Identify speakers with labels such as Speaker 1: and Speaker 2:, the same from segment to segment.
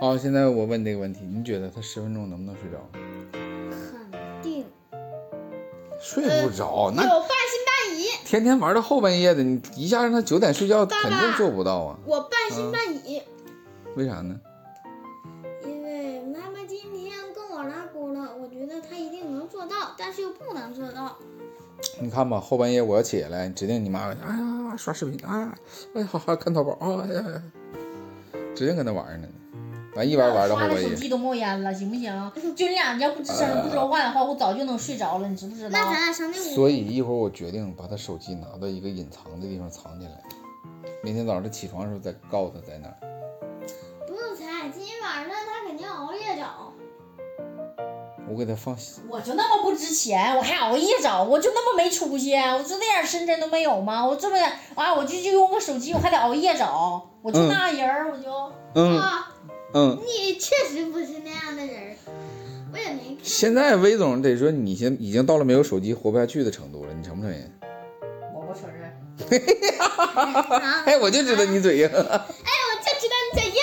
Speaker 1: 好，哦现在我问这个问题，你觉得他十分钟能不能睡着？
Speaker 2: 肯定
Speaker 1: 睡不
Speaker 3: 呃
Speaker 1: 着，
Speaker 2: 有
Speaker 1: 那
Speaker 2: 半信半疑。
Speaker 1: 天天玩到后半夜的，你一下让他九点睡觉，
Speaker 2: 爸
Speaker 1: 肯
Speaker 2: 爸
Speaker 1: 定做不到啊。
Speaker 2: 我半信半疑，
Speaker 1: 为啥呢？
Speaker 2: 因为妈妈今天跟我拉钩了，我觉得她一定能做到，但是又不能做到。
Speaker 1: 你看吧，后半夜我要起来，指定你妈，哎呀，刷视频，哎呀，哎呀，好好看淘宝，哎呀哎呀，指定跟他玩呢。完一玩玩到后
Speaker 3: 刷的
Speaker 1: 半夜
Speaker 3: 手，机都冒烟了，行不行？就你俩要不吱声不说话的话，我早就能睡着了，你知不知道
Speaker 2: 那？咱俩商量我，
Speaker 1: 所以一会儿我决定把他手机拿到一个隐藏的地方藏起来，明天早上他起床的时候再告诉他在哪儿。
Speaker 2: 不用猜，今天晚上她肯定熬夜找。
Speaker 1: 我给他放
Speaker 3: 我就那么不值钱，我还熬夜找，我就那么没出息，我就那点深沉都没有吗？我这么点啊，我就就用个手机，我还得熬夜找，我就那人儿，我就
Speaker 1: 嗯
Speaker 2: 啊，
Speaker 1: 嗯。
Speaker 2: 你确实不是那样的人儿，我也 没看。
Speaker 1: 现在威总得说你现已经到了没有手机活不下去的程度了，你承不承认？
Speaker 3: 我不承认。
Speaker 1: 哎，我就知道你嘴硬。
Speaker 2: 哎，我就知道你嘴硬，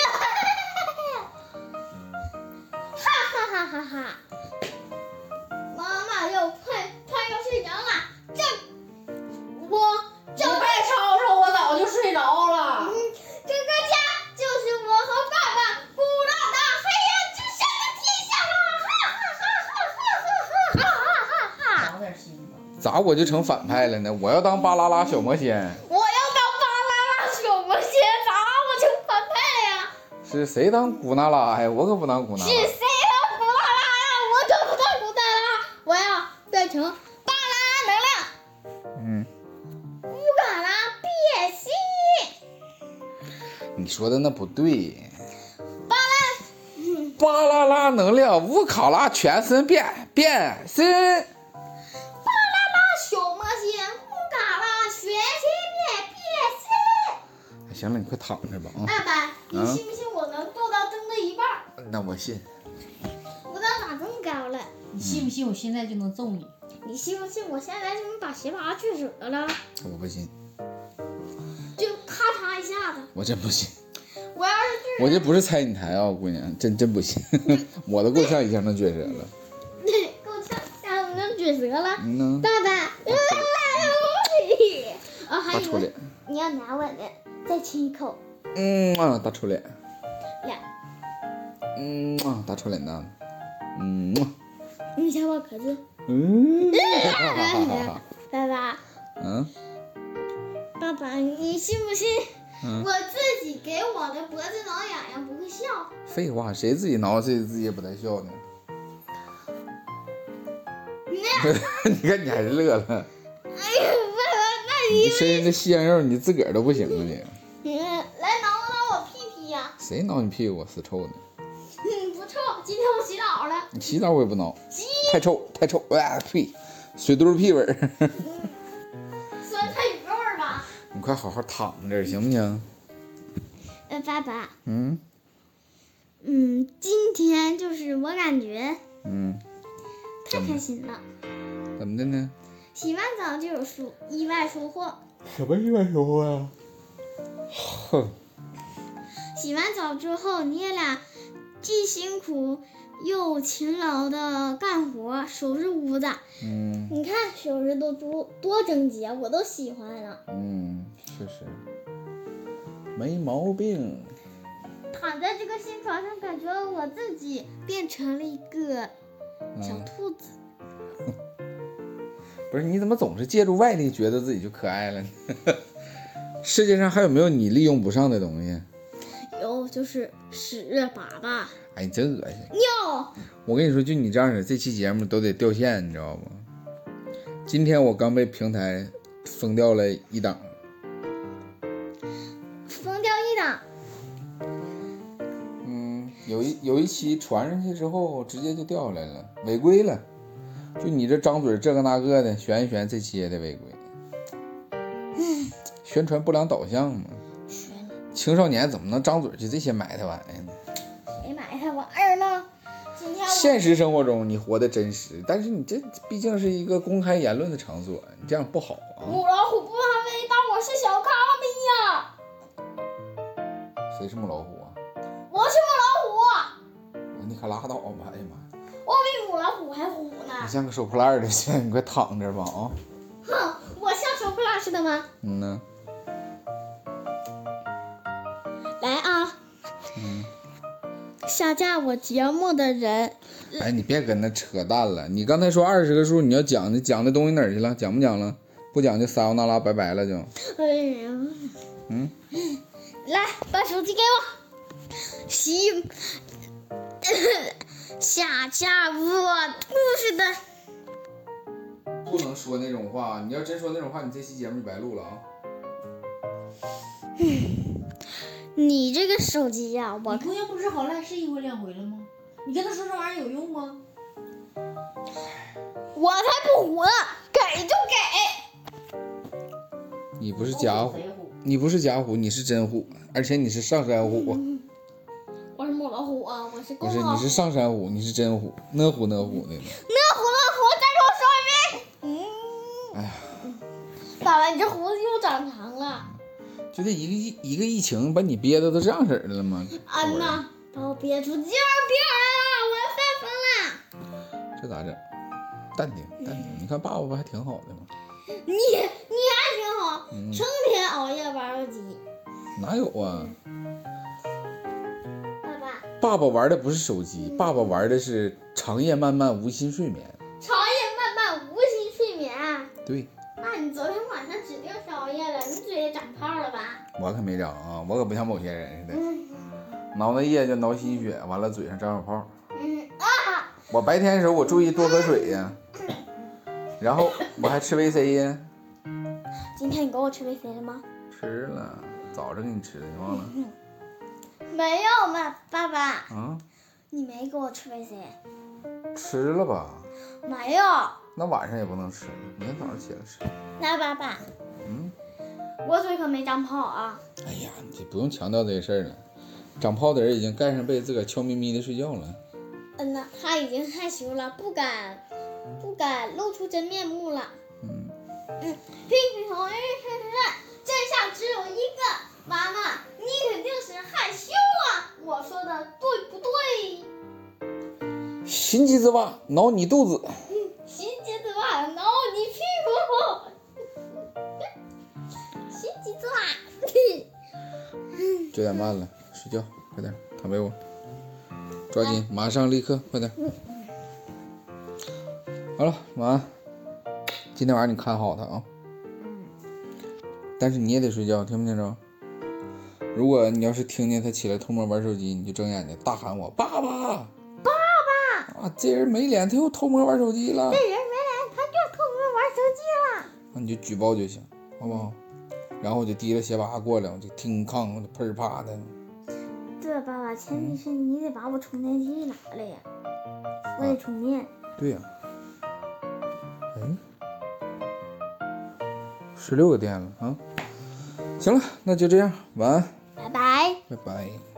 Speaker 2: 哈哈哈哈哈！妈妈要快快要睡着了，这我
Speaker 3: 就
Speaker 2: 这
Speaker 3: 别吵吵，我早就睡着了。
Speaker 2: 这个家就是我和爸爸鼓浪的海洋之上的天下了，哈哈哈哈哈哈哈哈哈！
Speaker 3: 长点心吧。
Speaker 1: 咋我就成反派了呢？我要当巴啦啦小魔仙，
Speaker 2: 我要当巴啦啦小魔仙，咋我成反派了呀？
Speaker 1: 是谁当古娜拉呀？我可不当古娜
Speaker 2: 是
Speaker 1: 拉。
Speaker 2: 谁要古巴啦啦，我就不当古巴啦，我要变成巴啦啦能量。
Speaker 1: 嗯，
Speaker 2: 乌嘎啦变西，
Speaker 1: 你说的那不对。
Speaker 2: 巴啦，
Speaker 1: 巴啦啦能量，乌卡拉全身变变身。哎
Speaker 2: 巴啦啦小魔仙，乌嘎啦学习变变西。
Speaker 1: 行了，你快躺着吧啊！
Speaker 2: 爸爸，你
Speaker 1: 嗯
Speaker 2: 信不信我能做到蒸的一半儿？
Speaker 1: 那我信。
Speaker 2: 我的哪更高了？
Speaker 3: 你信不信我现在就能揍你？
Speaker 2: 你信不信我现在怎么把鞋拔去折了？
Speaker 1: 我不信，
Speaker 2: 就咔嚓一下子，
Speaker 1: 我真不信，
Speaker 2: 我要是去
Speaker 1: 我这不是拆你台啊，姑娘，真真不信， 我都够呛一下能撅折了。
Speaker 2: 够呛，让我能撅折了。呃
Speaker 1: 嗯呢，
Speaker 2: 爸爸，啊，还
Speaker 1: 大
Speaker 2: 有
Speaker 1: 臭脸，
Speaker 2: 你要拿我的，再亲一口，
Speaker 1: 嗯啊，大臭脸，
Speaker 2: 俩，
Speaker 1: 嗯啊，大臭脸蛋，嗯啊
Speaker 2: 你小我壳子。
Speaker 1: 嗯，哈哈哈哈哈，
Speaker 2: 爸爸，
Speaker 1: 嗯
Speaker 2: 爸爸，你信不信
Speaker 1: 嗯，
Speaker 2: 我自己给我的脖子挠痒痒不会笑？
Speaker 1: 废话，谁自己挠自己自己也不带笑呢？ 你看你还是乐了，
Speaker 2: 哎呀，爸爸，那
Speaker 1: 你身上这吸羊肉你自个儿都不行了你，
Speaker 2: 你呃来挠挠我屁屁呀、
Speaker 1: 谁挠你屁股啊死臭呢？
Speaker 2: 嗯，不臭，今天我洗澡了。
Speaker 1: 你洗澡我也不挠，太臭太臭，哇呸，水兜屁味儿。
Speaker 2: 酸菜鱼肉儿吧。
Speaker 1: 你快好好躺着行不行？
Speaker 2: 呃，爸爸，
Speaker 1: 嗯
Speaker 2: 嗯，今天就是我感觉
Speaker 1: 嗯，
Speaker 2: 太开心了，
Speaker 1: 怎么的呢？
Speaker 2: 洗完澡就有收意外收获。
Speaker 1: 什么意啊外收获呀？哼，
Speaker 2: 洗完澡之后，你俩既辛苦又勤劳的干活，收拾屋子。
Speaker 1: 嗯
Speaker 2: 你看收拾都多多整洁，我都喜欢了。
Speaker 1: 嗯，确实没毛病。
Speaker 2: 躺在这个新床上，感觉我自己变成了一个小
Speaker 1: 嗯，
Speaker 2: 兔子。
Speaker 1: 不是，你怎么总是借助外力觉得自己就可爱了 呢？世界上还有没有你利用不上的东西？
Speaker 2: 有就是屎粑粑，
Speaker 1: 哎，你真恶心！
Speaker 2: 尿
Speaker 1: 我跟你说，就你这样的，这期节目都得掉线，你知道吗？今天我刚被平台封掉了一档，
Speaker 2: 疯掉一档。
Speaker 1: 嗯，有一有一期传上去之后，直接就掉下来了，违规了。就你这张嘴这个那个的，悬一悬，这期也得违规。宣传不良导向嘛，青少年怎么能张嘴就这些埋汰玩意儿呢？
Speaker 2: 谁埋汰玩意儿了？今天我
Speaker 1: 现实生活中你活得真实，但是你这毕竟是一个公开言论的场所，你这样不好啊。
Speaker 2: 母老虎不发威，当我是小咖咪呀、
Speaker 1: 谁是母老虎啊？
Speaker 2: 我是母老虎。
Speaker 1: 你可拉倒吧！哎呀妈，
Speaker 2: 我比母老虎还虎
Speaker 1: 你
Speaker 2: 呢！
Speaker 1: 像个收破烂儿的，现在你快躺着吧啊！
Speaker 2: 哼，哦我像手破烂似的吗？
Speaker 1: 嗯呢，
Speaker 2: 来啊！下架我节目的人，
Speaker 1: 哎，你别跟那扯淡了。你刚才说二十个数，你要讲的讲的东西哪儿去了？讲不讲了？不讲就撒由那拉拜拜了就。
Speaker 2: 哎呀，
Speaker 1: 嗯，
Speaker 2: 来把手机给我，洗， 下架我故事的。
Speaker 1: 不能说那种话，你要真说那种话，你这期节目就白录了啊。
Speaker 2: 你这个手机呀、
Speaker 3: 你
Speaker 2: 我
Speaker 1: 嗯
Speaker 3: 朋友不是好赖是一回两回了吗？你跟他说这玩意儿有用吗？
Speaker 2: 我才不虎呢，给就给。
Speaker 1: 你不是假虎，
Speaker 3: 贼虎，
Speaker 1: 你不是假虎，你是真虎，而且你是上山虎啊。
Speaker 2: 我是母老虎啊，我是
Speaker 1: 不
Speaker 2: 公
Speaker 1: 是，
Speaker 2: 老
Speaker 1: 你
Speaker 2: 虎。
Speaker 1: 是上山虎，你是真虎，那虎那虎的。
Speaker 2: 那虎那虎，再给我说一遍。嗯。
Speaker 1: 哎呀
Speaker 2: 咋了？你这胡子又长长了？
Speaker 1: 就这一个疫一个疫情，把你憋的都这样式儿的了吗？
Speaker 2: 安呐，把我憋出劲儿病来了，我要发疯了。
Speaker 1: 这咋整？淡定淡定，你看爸爸不还挺好的吗？
Speaker 2: 你你还挺好，成天熬夜玩手机。
Speaker 1: 哪有啊？
Speaker 2: 爸爸，
Speaker 1: 爸爸玩的不是手机，爸爸玩的是长夜漫漫无心睡眠。
Speaker 2: 长夜漫漫无心睡眠。
Speaker 1: 对，
Speaker 2: 那你昨天晚上指定是熬夜了，你嘴也长泡了吧？
Speaker 1: 我可没长啊，我可不像某些人似的，
Speaker 2: 嗯
Speaker 1: 挠那夜就挠心血，完了嘴上长小泡。
Speaker 2: 嗯啊。
Speaker 1: 我白天的时候我注意多喝水呀，然后我还吃维 C 呀，
Speaker 2: 今天你给我吃 VC 了吗？
Speaker 1: 吃了，早上给你吃的，你 忘了
Speaker 2: 没有嘛，爸爸，
Speaker 1: 啊？
Speaker 2: 你没给我吃 VC。
Speaker 1: 吃了吧？
Speaker 2: 没有。
Speaker 1: 那晚上也不能吃了，明天早上起来吃。
Speaker 2: 来，爸爸，
Speaker 1: 嗯，
Speaker 2: 我嘴可没长泡啊。
Speaker 1: 哎呀，你不用强调这事儿了，长泡的人已经盖上被，自个儿悄咪咪的睡觉了。
Speaker 2: 嗯呐，他已经害羞了，不敢，不敢露出真面目了。
Speaker 1: 嗯，
Speaker 2: 屁屁虫日是是，真相只有一个。妈妈，你肯定是害羞了。我说的对不对？
Speaker 1: 心机之蛙挠你肚子，
Speaker 2: 心机之袜挠你屁股。心机之袜。
Speaker 1: 九点半了，睡觉，快点躺被窝，抓紧，马上立刻，快点。好了，晚安。今天晚上你看好他啊，但是你也得睡觉，听没听着？如果你要是听见他起来偷摸玩手机，你就睁眼睛大喊我爸爸，爸爸啊！这人没脸，他又偷摸玩手机了，
Speaker 2: 这人没来，他就偷摸玩手机了。
Speaker 1: 那你就举报就行，好不好？然后我就提着鞋拔过来，我就听抗，我就喷儿啪的。
Speaker 2: 对，爸爸，前提是你得把我充电器拿来呀，我得充电。
Speaker 1: 对呀、嗯，十六个店了啊！行了，那就这样，晚安，
Speaker 2: 拜拜。
Speaker 1: 拜拜。